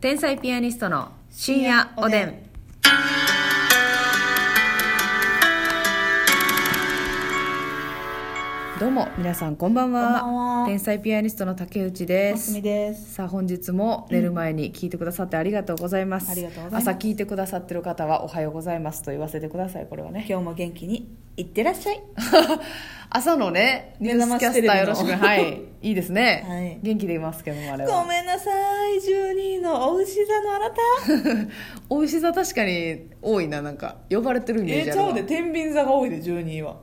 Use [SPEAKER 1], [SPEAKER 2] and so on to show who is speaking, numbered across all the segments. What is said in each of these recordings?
[SPEAKER 1] 天才ピアニストの深夜おでん。どうも皆さんこんばんは。
[SPEAKER 2] こんばんは
[SPEAKER 1] 天才ピアニストの竹内で
[SPEAKER 2] ますす。みです。
[SPEAKER 1] さあ本日も寝る前に聞いてくださってありがとうございます。
[SPEAKER 2] ありがとうございます
[SPEAKER 1] 朝聞いてくださってる方はおはようございますと言わせてくださいこれはね。
[SPEAKER 2] 今日も元気にいってらっしゃい。
[SPEAKER 1] 朝のねニュ
[SPEAKER 2] 目
[SPEAKER 1] ース
[SPEAKER 2] 覚ま
[SPEAKER 1] キャ
[SPEAKER 2] しテレ
[SPEAKER 1] ス
[SPEAKER 2] ビ
[SPEAKER 1] ター
[SPEAKER 2] の
[SPEAKER 1] よろしくはいいいですね、
[SPEAKER 2] はい
[SPEAKER 1] 元気でいますけどもあれ
[SPEAKER 2] ご
[SPEAKER 1] は
[SPEAKER 2] めんなさい、12位のお牛座のあな た。
[SPEAKER 1] おいしさ確かに多いななんか呼ばれてるイメージあるわ
[SPEAKER 2] 天秤座が多いで、12位は。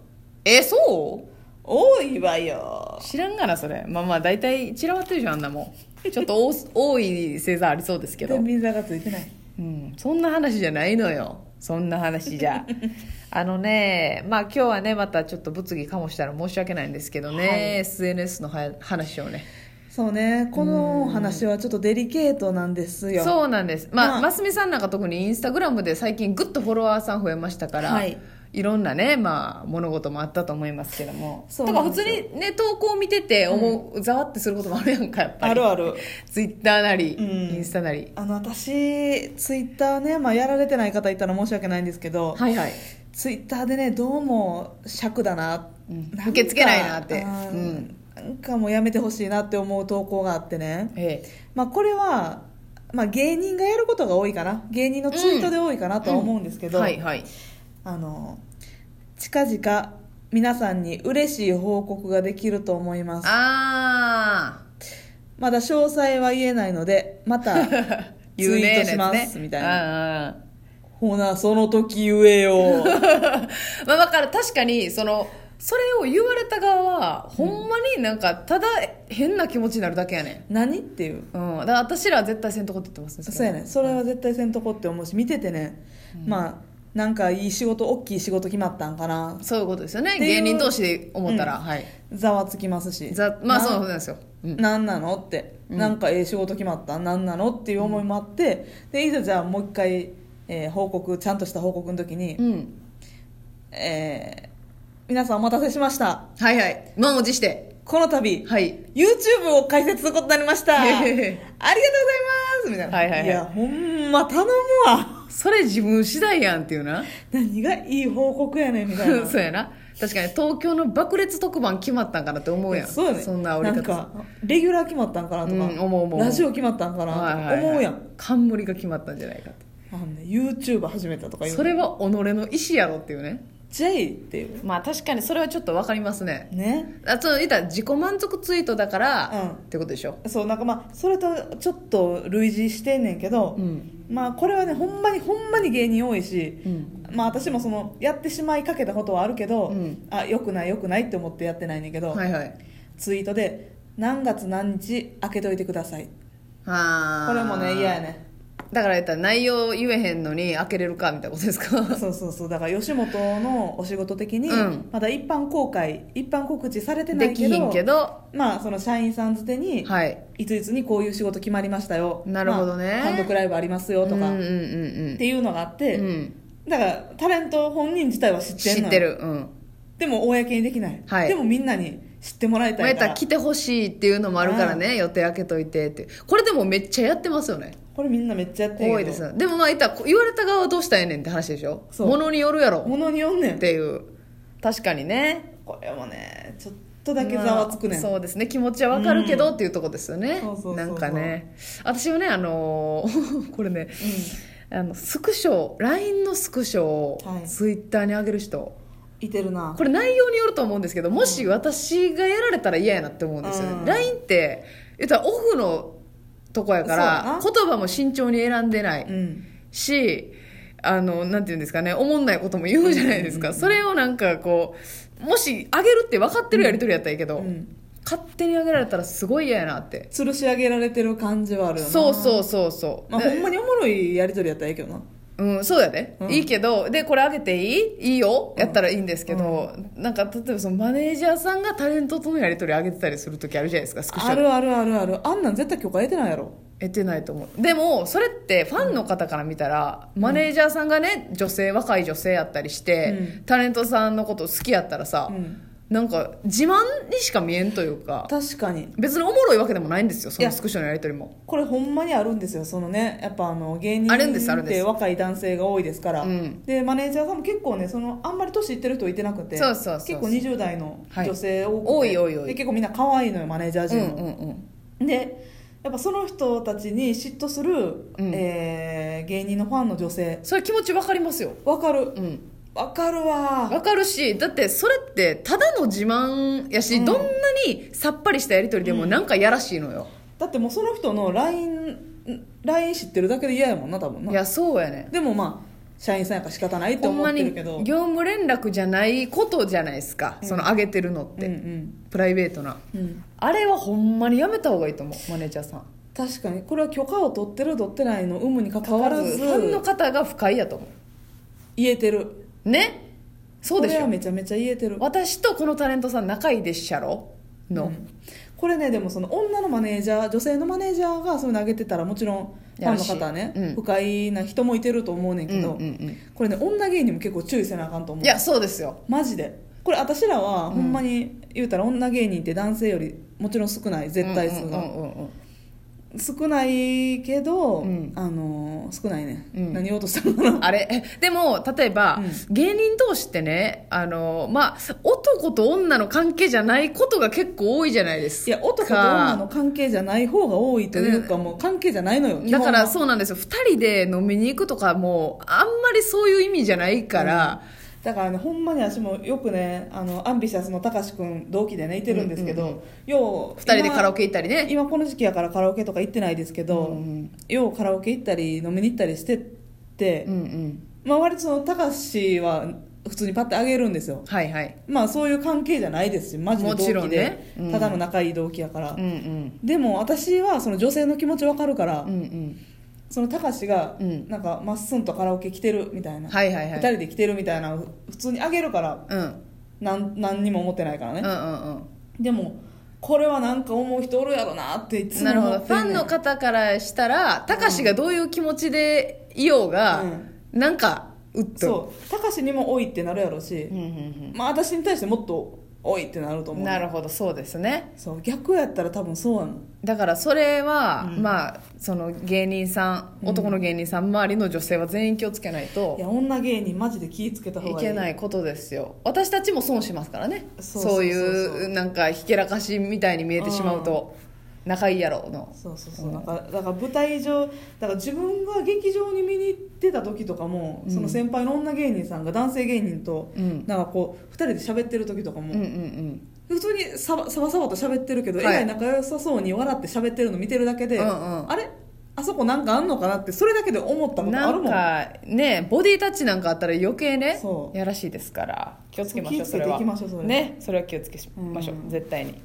[SPEAKER 1] えそう
[SPEAKER 2] 多いわよ。
[SPEAKER 1] 知らんがなそれまあまあ大体散らばってるじゃんあんなもんちょっと多多い星座ありそうですけ
[SPEAKER 2] 天
[SPEAKER 1] ど、
[SPEAKER 2] 秤座がついてない。
[SPEAKER 1] うん、そんな話じゃないのよそんな話じ ゃあのねまあ今日はねまたちょっと物議かもしたら申し訳ないんですけどね、
[SPEAKER 2] はい
[SPEAKER 1] SNS のは話をね
[SPEAKER 2] そうね、この話はちょっとデリケートなんですよ。
[SPEAKER 1] そうなんですまあ、
[SPEAKER 2] まあ
[SPEAKER 1] ますみさんなんか特にインスタグラムで最近グッとフォロワーさん増えましたから、
[SPEAKER 2] はいい、
[SPEAKER 1] ろんなね、まあ、物事もあったと思いますけども
[SPEAKER 2] そう
[SPEAKER 1] とか
[SPEAKER 2] なん
[SPEAKER 1] 普
[SPEAKER 2] です
[SPEAKER 1] 通
[SPEAKER 2] よ
[SPEAKER 1] にね投稿を見てて思う、ざわってすることもあるやんかやっぱり
[SPEAKER 2] あるある。
[SPEAKER 1] ツイッターなり、
[SPEAKER 2] うん
[SPEAKER 1] インスタなり
[SPEAKER 2] あの、私、ツイッターね、まあ、やられてない方いたら申し訳ないんですけど、
[SPEAKER 1] はいはい
[SPEAKER 2] ツイッターでねどうも尺だな,
[SPEAKER 1] うん
[SPEAKER 2] なんか、
[SPEAKER 1] 受け付けないなって
[SPEAKER 2] あー
[SPEAKER 1] うん
[SPEAKER 2] なんかもうやめてほしいなって思う投稿があってね、
[SPEAKER 1] え
[SPEAKER 2] まあ、これは、まあ、芸人がやることが多いかな芸人のツイートで多いかなとは思うんですけ
[SPEAKER 1] え
[SPEAKER 2] ど、
[SPEAKER 1] はいはい
[SPEAKER 2] あの近々皆さんに嬉しい報告ができると思います
[SPEAKER 1] ああ
[SPEAKER 2] まだ詳細は言えないので またツイートします、みたいな
[SPEAKER 1] な
[SPEAKER 2] ほなその時言えよ
[SPEAKER 1] まあ、だから確かにそのそれを言われた側はほんまになんかただ変な気持ちになるだけやね
[SPEAKER 2] 何っていう
[SPEAKER 1] うん、だから私らは絶対せんとこって言ってますね
[SPEAKER 2] そうやねそれは絶対せんとこって思うし見ててね、まあなんかいい仕事大きい仕事決まったんかな
[SPEAKER 1] そういうことですよね
[SPEAKER 2] ってい
[SPEAKER 1] 芸
[SPEAKER 2] う
[SPEAKER 1] 人同士で思ったら、はい
[SPEAKER 2] ざわつきますし
[SPEAKER 1] ざまあ
[SPEAKER 2] な
[SPEAKER 1] そうなんですよ、うん
[SPEAKER 2] なんなのって、
[SPEAKER 1] うん
[SPEAKER 2] なんかええ仕事決まったなんなのっていう思いもあって、でいざじゃあもう一回、えー報告ちゃんとした報告の時に、
[SPEAKER 1] うん、
[SPEAKER 2] えー皆さんお待たせしました
[SPEAKER 1] はいはい満を持して
[SPEAKER 2] この度、
[SPEAKER 1] はい
[SPEAKER 2] YouTube を開設することになりましたありがとうございますみたいな、
[SPEAKER 1] はいはいはい
[SPEAKER 2] やほんま頼むわ
[SPEAKER 1] それ自分次第やんっていうな
[SPEAKER 2] 何がいい報告やねんみたいな
[SPEAKER 1] そうやな確かに東京の爆裂特番決まったんかなって思うやん
[SPEAKER 2] そうやね
[SPEAKER 1] んな煽り方
[SPEAKER 2] んかレギュラー決まったんかなとか、
[SPEAKER 1] うん思う思う
[SPEAKER 2] ラジオ決まったんかなとか、
[SPEAKER 1] はいはいはい
[SPEAKER 2] 思うやん
[SPEAKER 1] 冠が決まったんじゃないかと
[SPEAKER 2] あの、ね、YouTuber 始めたとか言う
[SPEAKER 1] それは己の意思やろっていうね
[SPEAKER 2] ジェイっていう
[SPEAKER 1] まあ確かにそれはちょっと分かりますね
[SPEAKER 2] ね
[SPEAKER 1] あそう言ったら自己満足ツイートだから、
[SPEAKER 2] うん
[SPEAKER 1] ってことでしょ
[SPEAKER 2] そうなんかまあそれとちょっと類似してんねんけど、
[SPEAKER 1] ん
[SPEAKER 2] まあこれはねほんまにほんまに芸人多いし、
[SPEAKER 1] うん
[SPEAKER 2] まあ私もそのやってしまいかけたことはあるけど、
[SPEAKER 1] うん
[SPEAKER 2] あよくないよくないって思ってやってないねんけど、
[SPEAKER 1] はいはい
[SPEAKER 2] ツイートで「何月何日開けといてください」
[SPEAKER 1] あー
[SPEAKER 2] これもね嫌や ね
[SPEAKER 1] だから言ったら内容言えへんのに開けれるかみたいなことです か
[SPEAKER 2] そうそうそうだから吉本のお仕事的に、
[SPEAKER 1] うん
[SPEAKER 2] まだ一般公開一般告知されてな
[SPEAKER 1] で
[SPEAKER 2] い
[SPEAKER 1] き
[SPEAKER 2] け
[SPEAKER 1] ひ
[SPEAKER 2] ど
[SPEAKER 1] んけど
[SPEAKER 2] まあその社員さんづてに、
[SPEAKER 1] はい
[SPEAKER 2] い、ついつにこういう仕事決まりましたよ
[SPEAKER 1] なるほどね
[SPEAKER 2] まあ単独ライブありますよとか、
[SPEAKER 1] うんうん
[SPEAKER 2] っ
[SPEAKER 1] うん
[SPEAKER 2] ていうのがあって、
[SPEAKER 1] うんうん
[SPEAKER 2] だからタレント本人自体は知ってん
[SPEAKER 1] 知
[SPEAKER 2] のよ
[SPEAKER 1] ってるうん
[SPEAKER 2] でも公にできない、
[SPEAKER 1] はい
[SPEAKER 2] でもみんなに知ってもらい
[SPEAKER 1] まあ
[SPEAKER 2] た
[SPEAKER 1] や
[SPEAKER 2] い
[SPEAKER 1] っ
[SPEAKER 2] か
[SPEAKER 1] た
[SPEAKER 2] ら
[SPEAKER 1] ら来てほしいっていうのもあるからね、予定開けといてってこれでもめっちゃやってますよね
[SPEAKER 2] これみんなめっちゃやってるけど
[SPEAKER 1] 多いですねでもまあ言ったら言われた側はどうしたらええねんって話でしょ
[SPEAKER 2] そう
[SPEAKER 1] ものによるやろ
[SPEAKER 2] ものによんね
[SPEAKER 1] っ
[SPEAKER 2] ん
[SPEAKER 1] ていう確かにね
[SPEAKER 2] これもねちょっとだけざわつくねん、
[SPEAKER 1] まあそうですね気持ちはわかるけどっていうとこですよね、
[SPEAKER 2] そうそうそうそう
[SPEAKER 1] なんかね私はねあのー これねあのスクショ LINE のスクショを
[SPEAKER 2] はい
[SPEAKER 1] ツイッターに上げる人、
[SPEAKER 2] いてるな
[SPEAKER 1] これ内容によると思うんですけどもし私がやられたら嫌やなって思うんですよね、
[SPEAKER 2] うん
[SPEAKER 1] LINE って言ったらオフのとこやから
[SPEAKER 2] そう
[SPEAKER 1] 言葉も慎重に選んでない、
[SPEAKER 2] うん
[SPEAKER 1] しあのなんていうんですかね思んないことも言うじゃないですか、それをなんかこうもしあげるって分かってるやり取りやったらいいけど、
[SPEAKER 2] うん
[SPEAKER 1] 勝手にあげられたらすごい嫌やなって
[SPEAKER 2] 吊るし上げられてる感じはあるよな
[SPEAKER 1] そうそうそうそう、
[SPEAKER 2] まあ、
[SPEAKER 1] で
[SPEAKER 2] ほんまにおもろいやり取りやったらええけどな
[SPEAKER 1] うん、そうやね、
[SPEAKER 2] うん
[SPEAKER 1] いいけどでこれあげていいいいよやったらいいんですけど、なんか例えばそのマネージャーさんがタレントとのやり取りあげてたりする時あるじゃないですかスクシ
[SPEAKER 2] あ
[SPEAKER 1] ョ
[SPEAKER 2] るあるあるあるあんなん絶対許可得てないやろ
[SPEAKER 1] 得てないと思うでもそれってファンの方から見たら、マネージャーさんがね女性若い女性やったりして、
[SPEAKER 2] う
[SPEAKER 1] タレントさんのこと好きやったらさ、
[SPEAKER 2] うん
[SPEAKER 1] なんか自慢にしか見えんというか
[SPEAKER 2] 確かに
[SPEAKER 1] 別におもろいわけでもないんですよその
[SPEAKER 2] いや
[SPEAKER 1] スクショのやり取りも
[SPEAKER 2] これほんまにあるんですよそのねやっぱあの芸人
[SPEAKER 1] あるんですあるん
[SPEAKER 2] っ
[SPEAKER 1] です
[SPEAKER 2] て若い男性が多いですから
[SPEAKER 1] うん
[SPEAKER 2] でマネージャーさんも結構ねそのあんまり年いってる人いてなくて
[SPEAKER 1] そうそうそう
[SPEAKER 2] 結構20代の女性多くて、
[SPEAKER 1] はい多い多い多い
[SPEAKER 2] で結構みんな可愛いのよマネージャー
[SPEAKER 1] うん
[SPEAKER 2] 陣
[SPEAKER 1] う
[SPEAKER 2] も、
[SPEAKER 1] ん
[SPEAKER 2] でやっぱその人たちに嫉妬する、
[SPEAKER 1] うん
[SPEAKER 2] えー芸人のファンの女性
[SPEAKER 1] うんそれ気持ちわかりますよ
[SPEAKER 2] わかる
[SPEAKER 1] うん
[SPEAKER 2] わかるわ
[SPEAKER 1] わかるしだってそれってただの自慢やし、
[SPEAKER 2] うん
[SPEAKER 1] どんなにさっぱりしたやり取りでもなんかやらしいのよ、
[SPEAKER 2] だってもうその人の LINE, LINE 知ってるだけで嫌やもんな多分
[SPEAKER 1] い
[SPEAKER 2] な
[SPEAKER 1] やそうやね
[SPEAKER 2] でもまあ社員さんやから仕方ないっ
[SPEAKER 1] ほ
[SPEAKER 2] て
[SPEAKER 1] ん
[SPEAKER 2] 思っ
[SPEAKER 1] ま
[SPEAKER 2] て
[SPEAKER 1] に
[SPEAKER 2] るけど
[SPEAKER 1] 業務連絡じゃないことじゃないですか、
[SPEAKER 2] うん
[SPEAKER 1] その上げてるのって、
[SPEAKER 2] うん
[SPEAKER 1] プライベートな
[SPEAKER 2] うんうん
[SPEAKER 1] あれはほんまにやめた方がいいと思うマネージャーさん
[SPEAKER 2] 確かにこれは許可を取ってる取ってないの有無に関わらず
[SPEAKER 1] ファンの方が不快やと思
[SPEAKER 2] 言えてる
[SPEAKER 1] うねそうでし
[SPEAKER 2] これは
[SPEAKER 1] ょ
[SPEAKER 2] めちゃめちゃ言えてる
[SPEAKER 1] 私とこのタレントさん仲いいでっしゃろの、
[SPEAKER 2] うんこれねでもその女のマネージャー女性のマネージャーがそういうのあげてたらもちろんファンの方はね、
[SPEAKER 1] やらしいうん
[SPEAKER 2] 不快な人もいてると思うねんけど、
[SPEAKER 1] うんうんうん
[SPEAKER 2] これね女芸人も結構注意せなあかんと思う
[SPEAKER 1] いやそうですよ
[SPEAKER 2] マジでこれ私らは
[SPEAKER 1] ん
[SPEAKER 2] ほんまに言うたら女芸人って男性よりもちろん少ない絶対数が、
[SPEAKER 1] うんうんうんうんうん
[SPEAKER 2] 少ないけど、
[SPEAKER 1] うん
[SPEAKER 2] あのー少ないね、
[SPEAKER 1] うん
[SPEAKER 2] 何言おうとしたのか な
[SPEAKER 1] あれでも例えば、
[SPEAKER 2] う
[SPEAKER 1] 芸人同士ってねあの、まあ、男と女の関係じゃないことが結構多いじゃないです
[SPEAKER 2] い
[SPEAKER 1] か
[SPEAKER 2] や男と女の関係じゃない方が多いというか、もう関係じゃないのよ
[SPEAKER 1] だから
[SPEAKER 2] 基本は
[SPEAKER 1] そうなんですよ2人で飲みに行くとかもあんまりそういう意味じゃないから、
[SPEAKER 2] だからねほんまに私もよくねあのアンビシャスのたかし君同期でねいてるんですけど、
[SPEAKER 1] うんうん
[SPEAKER 2] よう
[SPEAKER 1] 二2人でカラオケ
[SPEAKER 2] ケ
[SPEAKER 1] 行ったりね
[SPEAKER 2] 今この時期やからカラオケとか行ってないですけど、
[SPEAKER 1] うん
[SPEAKER 2] ようカラオケ行ったり飲みに行ったりしてって、
[SPEAKER 1] うんうん
[SPEAKER 2] まあ、割とそのたかしは普通にパッてあげるんですよ
[SPEAKER 1] はいはい
[SPEAKER 2] まあそういう関係じゃないですしマジで
[SPEAKER 1] もち
[SPEAKER 2] 同
[SPEAKER 1] ろ
[SPEAKER 2] 期
[SPEAKER 1] ん
[SPEAKER 2] で、
[SPEAKER 1] ねうん
[SPEAKER 2] ただの仲いい同期やから、
[SPEAKER 1] うんうん
[SPEAKER 2] でも私はその女性の気持ちわかるから、
[SPEAKER 1] うんうん
[SPEAKER 2] そのたかしが
[SPEAKER 1] うん
[SPEAKER 2] なんかまっすんとカラオケ来てるみたいな、
[SPEAKER 1] はいはいは
[SPEAKER 2] 二
[SPEAKER 1] い
[SPEAKER 2] 人で来てるみたいなの普通にあげるから
[SPEAKER 1] うん
[SPEAKER 2] なん何にも思ってないから
[SPEAKER 1] う
[SPEAKER 2] ね
[SPEAKER 1] んう、ん
[SPEAKER 2] でもこれはなんか思う人おるやろなってい
[SPEAKER 1] う
[SPEAKER 2] つ
[SPEAKER 1] んな
[SPEAKER 2] も
[SPEAKER 1] る
[SPEAKER 2] 思
[SPEAKER 1] ほ
[SPEAKER 2] っ
[SPEAKER 1] ど
[SPEAKER 2] て
[SPEAKER 1] ファンの方からしたらたかしがどういう気持ちでいようが、
[SPEAKER 2] うん
[SPEAKER 1] なんかうっと
[SPEAKER 2] そうたかしにも「おい」ってなるやろし、
[SPEAKER 1] うんうんうん
[SPEAKER 2] まあ私に対してもっと「おい」ってなると思う
[SPEAKER 1] なるほどそうですね
[SPEAKER 2] そう逆やったら多分そうやもん
[SPEAKER 1] だからそれは、
[SPEAKER 2] うん
[SPEAKER 1] まあその芸人さん男の芸人さん周りの女性は全員気をつけない
[SPEAKER 2] い
[SPEAKER 1] と
[SPEAKER 2] や女芸人マジで気ぃつけた方
[SPEAKER 1] い
[SPEAKER 2] がいい
[SPEAKER 1] けないことですよ私たちも損しますからね
[SPEAKER 2] そうそうそう
[SPEAKER 1] そういうなんかひけらかしみたいに見えてしまうと仲いいやろの
[SPEAKER 2] そうそうそう、
[SPEAKER 1] うん
[SPEAKER 2] なんかだから舞台上だから自分が劇場に見に行ってた時とかも、
[SPEAKER 1] うん
[SPEAKER 2] その先輩の女芸人さんが男性芸人と、
[SPEAKER 1] うん
[SPEAKER 2] なんかこう2人で喋ってる時とかも、
[SPEAKER 1] うんうんうん
[SPEAKER 2] 普通にさばさばさばと喋ってるけど、
[SPEAKER 1] はい
[SPEAKER 2] えらい仲良さそうに笑って喋ってるの見てるだけで、
[SPEAKER 1] うんうん
[SPEAKER 2] あれあそこなんかあんのかなってそれだけで思ったことあ
[SPEAKER 1] な
[SPEAKER 2] る
[SPEAKER 1] ん
[SPEAKER 2] もん
[SPEAKER 1] かねボディタッチなんかあったら余計ね
[SPEAKER 2] そう
[SPEAKER 1] やらしいですから気をつけましょう
[SPEAKER 2] そ
[SPEAKER 1] そう
[SPEAKER 2] 気をつけて
[SPEAKER 1] れ
[SPEAKER 2] い
[SPEAKER 1] は
[SPEAKER 2] きましょうそれは
[SPEAKER 1] ねそれは気をつけましょう、
[SPEAKER 2] うん
[SPEAKER 1] 絶対に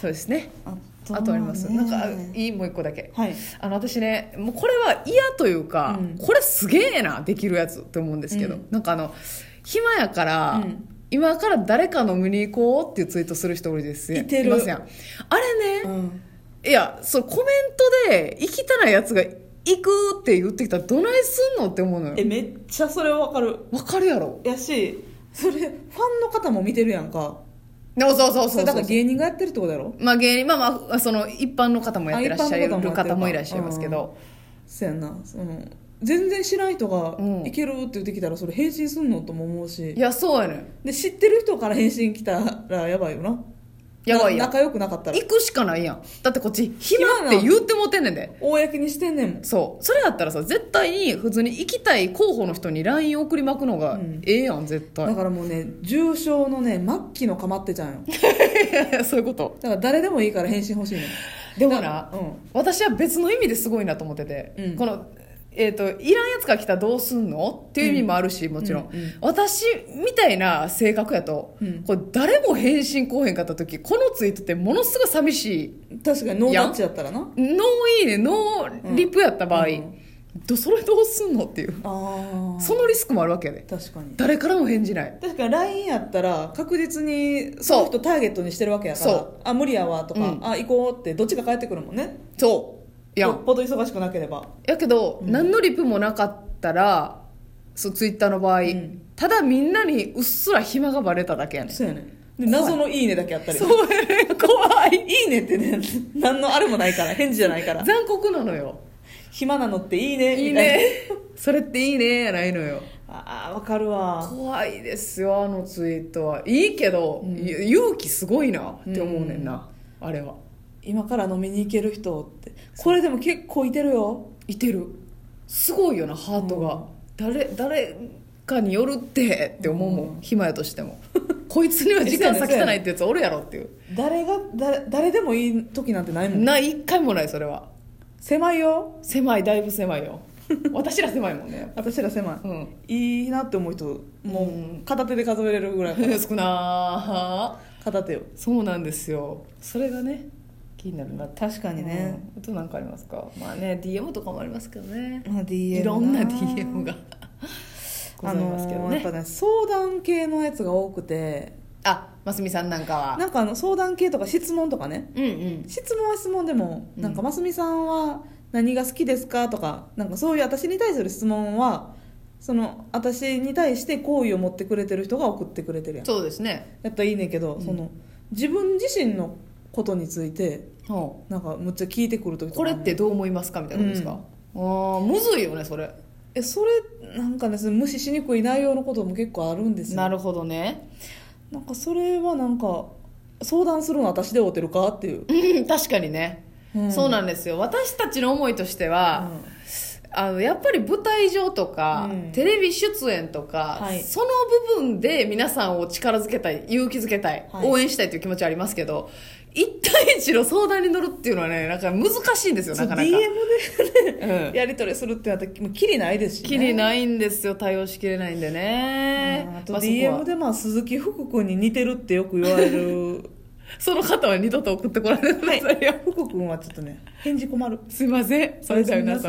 [SPEAKER 1] そうですね
[SPEAKER 2] あ
[SPEAKER 1] あとあります
[SPEAKER 2] ね
[SPEAKER 1] なんかいいもう一個だけ
[SPEAKER 2] はい
[SPEAKER 1] あの私ねもうこれは嫌というか、
[SPEAKER 2] うん
[SPEAKER 1] これすげえなできるやつと思うんですけど、
[SPEAKER 2] うん
[SPEAKER 1] なんかあの暇やから、
[SPEAKER 2] うん
[SPEAKER 1] 今から誰か飲みに行こうっていうツイートする人多いですよ
[SPEAKER 2] いてる
[SPEAKER 1] ますやんあれ
[SPEAKER 2] う
[SPEAKER 1] ね、
[SPEAKER 2] ん
[SPEAKER 1] いやそうコメントで「行きたないやつが行く」って言ってきたらどないすんのって思うの
[SPEAKER 2] え
[SPEAKER 1] よ
[SPEAKER 2] めっちゃそれわかる
[SPEAKER 1] わかるやろ
[SPEAKER 2] やしそれファンの方も見てるやんか
[SPEAKER 1] でもそうそう
[SPEAKER 2] そ
[SPEAKER 1] そうそ
[SPEAKER 2] れ
[SPEAKER 1] う
[SPEAKER 2] だから芸人がやってるってことやろ
[SPEAKER 1] まあ芸人まあまあその一般の方もやってらっしゃる
[SPEAKER 2] あ一般の方もやってるか
[SPEAKER 1] 方もいらっしゃいますけど、
[SPEAKER 2] そうやんな、うん、全然知らない人が
[SPEAKER 1] うん
[SPEAKER 2] 「いける?」って言ってきたらそれ返信すんのとも思うし
[SPEAKER 1] いやそうやねん
[SPEAKER 2] で知ってる人から返信来たらやばいよな
[SPEAKER 1] やばいや
[SPEAKER 2] なん仲良くなかったら
[SPEAKER 1] 行くしかないやんだってこっち暇って言ってもうてんねんで
[SPEAKER 2] 公にしてんねんもん
[SPEAKER 1] そうそれやったらさ絶対に普通に行きたい候補の人に LINE 送りまくの
[SPEAKER 2] う
[SPEAKER 1] が
[SPEAKER 2] ん
[SPEAKER 1] ええやん絶対
[SPEAKER 2] だからもうね重症のね末期のかまってちゃんよ
[SPEAKER 1] そういうこと
[SPEAKER 2] だから誰でもいいから返信欲しいねん
[SPEAKER 1] でも
[SPEAKER 2] だか
[SPEAKER 1] な
[SPEAKER 2] らうん
[SPEAKER 1] 私は別の意味ですごいなと思ってて、
[SPEAKER 2] うん
[SPEAKER 1] このえー、といらんやつが来たらどうすんのっていう意味もあるし、もちろん、
[SPEAKER 2] うんうん
[SPEAKER 1] 私みたいな性格やと、
[SPEAKER 2] うん
[SPEAKER 1] これ誰も返信こうへんかった時このツイートってものすごい寂しい
[SPEAKER 2] 確かにノータッチやったらな
[SPEAKER 1] ノーいいねノーリプやった場合、
[SPEAKER 2] うんうん
[SPEAKER 1] どそれどうすんのっていう
[SPEAKER 2] あー
[SPEAKER 1] そのリスクもあるわけやで
[SPEAKER 2] 確かに
[SPEAKER 1] 誰からも返事ない
[SPEAKER 2] 確かに LINE やったら確実に
[SPEAKER 1] そ
[SPEAKER 2] そうの人ターゲットにしてるわけやから
[SPEAKER 1] そう
[SPEAKER 2] あ無理やわとか、
[SPEAKER 1] うん
[SPEAKER 2] あ行こうってどっちか帰ってくるもんね
[SPEAKER 1] そうや
[SPEAKER 2] よっ
[SPEAKER 1] ん
[SPEAKER 2] ぽど忙しくなければ
[SPEAKER 1] やけど、
[SPEAKER 2] うん
[SPEAKER 1] 何のリプもなかったらそうツイッターの場合、
[SPEAKER 2] うん
[SPEAKER 1] ただみんなにうっすら暇がバレただけやねん
[SPEAKER 2] そうやねで謎の「いいね」だけあったり
[SPEAKER 1] そうやね 怖い
[SPEAKER 2] いいね」ってね何のあれもないから返事じゃないから
[SPEAKER 1] 残酷なのよ
[SPEAKER 2] 暇なのっていいね
[SPEAKER 1] いい
[SPEAKER 2] みたいな
[SPEAKER 1] ねそれっていいねやないのよ
[SPEAKER 2] ああわかるわ
[SPEAKER 1] 怖いですよあのツイートはいいけど、
[SPEAKER 2] うん
[SPEAKER 1] ゆ勇気すごいなって思うねんな、あれは
[SPEAKER 2] 今から飲みに行ける人ってこれでも結構いてるよ
[SPEAKER 1] いてるすごいよなハートが、
[SPEAKER 2] うん
[SPEAKER 1] 誰誰かによるってって思うもん、
[SPEAKER 2] うん
[SPEAKER 1] 暇やとしても こいつには時間割きたないってやつおるやろっていう
[SPEAKER 2] 誰が誰誰でもいい時なんてないもん
[SPEAKER 1] ない一回もないそれは
[SPEAKER 2] 狭いよ
[SPEAKER 1] 狭いだいぶ狭い よ私ら狭いもんね
[SPEAKER 2] 私ら狭い、
[SPEAKER 1] うん
[SPEAKER 2] いいなって思う人も
[SPEAKER 1] うん
[SPEAKER 2] う片手で数えれるぐらい
[SPEAKER 1] 少なー
[SPEAKER 2] 片手よ
[SPEAKER 1] そうなんですよそれがね気になるな
[SPEAKER 2] 確かにね、
[SPEAKER 1] うんあと何かありますかまあね DM とかもありますけどね
[SPEAKER 2] まあ、DM
[SPEAKER 1] いろんな DM がご
[SPEAKER 2] あ
[SPEAKER 1] ざい
[SPEAKER 2] の
[SPEAKER 1] ますけど
[SPEAKER 2] ーやっ
[SPEAKER 1] ね
[SPEAKER 2] ぱね相談系のやつが多くて
[SPEAKER 1] あますみさんなんかは
[SPEAKER 2] なんかあの相談系とか質問とかね
[SPEAKER 1] うんうん
[SPEAKER 2] 質問は質問でも
[SPEAKER 1] うん
[SPEAKER 2] なんかますみさんは何が好きですかとかなんかそういう私に対する質問はその私に対して好意を持ってくれてる人が送ってくれてるやん
[SPEAKER 1] そうですね
[SPEAKER 2] やったらいいねんけど、
[SPEAKER 1] うん
[SPEAKER 2] その自分自身のことについて
[SPEAKER 1] こ
[SPEAKER 2] なんかむっちゃ聞いてくる時とか
[SPEAKER 1] れ
[SPEAKER 2] あ
[SPEAKER 1] っ
[SPEAKER 2] んねん
[SPEAKER 1] てどう思いますかみたいなことですか、ああむずいよねそれ
[SPEAKER 2] えそれなんかねその無視しにくい内容のことも結構あるんですよ
[SPEAKER 1] なるほどね
[SPEAKER 2] なんかそれはなんか相談するの私で会うてるかってい
[SPEAKER 1] う
[SPEAKER 2] う、
[SPEAKER 1] ん確かにね、そうなん
[SPEAKER 2] で
[SPEAKER 1] ですよ私たちの思いとしては、あのやっぱり舞台上とか、
[SPEAKER 2] うん
[SPEAKER 1] テレビ出演とか、
[SPEAKER 2] はい
[SPEAKER 1] その部分で皆さんを力づけたい勇気づけたい、
[SPEAKER 2] はい
[SPEAKER 1] 応援したいという気持ちはありますけど一対一の相談に乗るっていうのはねなんか難しいんですよなかなか、
[SPEAKER 2] DM
[SPEAKER 1] うん
[SPEAKER 2] でやり取りするってなったらもうきりないですし、ね、
[SPEAKER 1] きりないんですよ対応しきれないんでね
[SPEAKER 2] うんあと
[SPEAKER 1] まあそこは
[SPEAKER 2] DM でまあ鈴木福君に似てるってよく言われ る
[SPEAKER 1] その方は二度と送ってこられないでくださいよ、
[SPEAKER 2] 福君はちょっとね返事困る
[SPEAKER 1] すいませんそれでは皆さん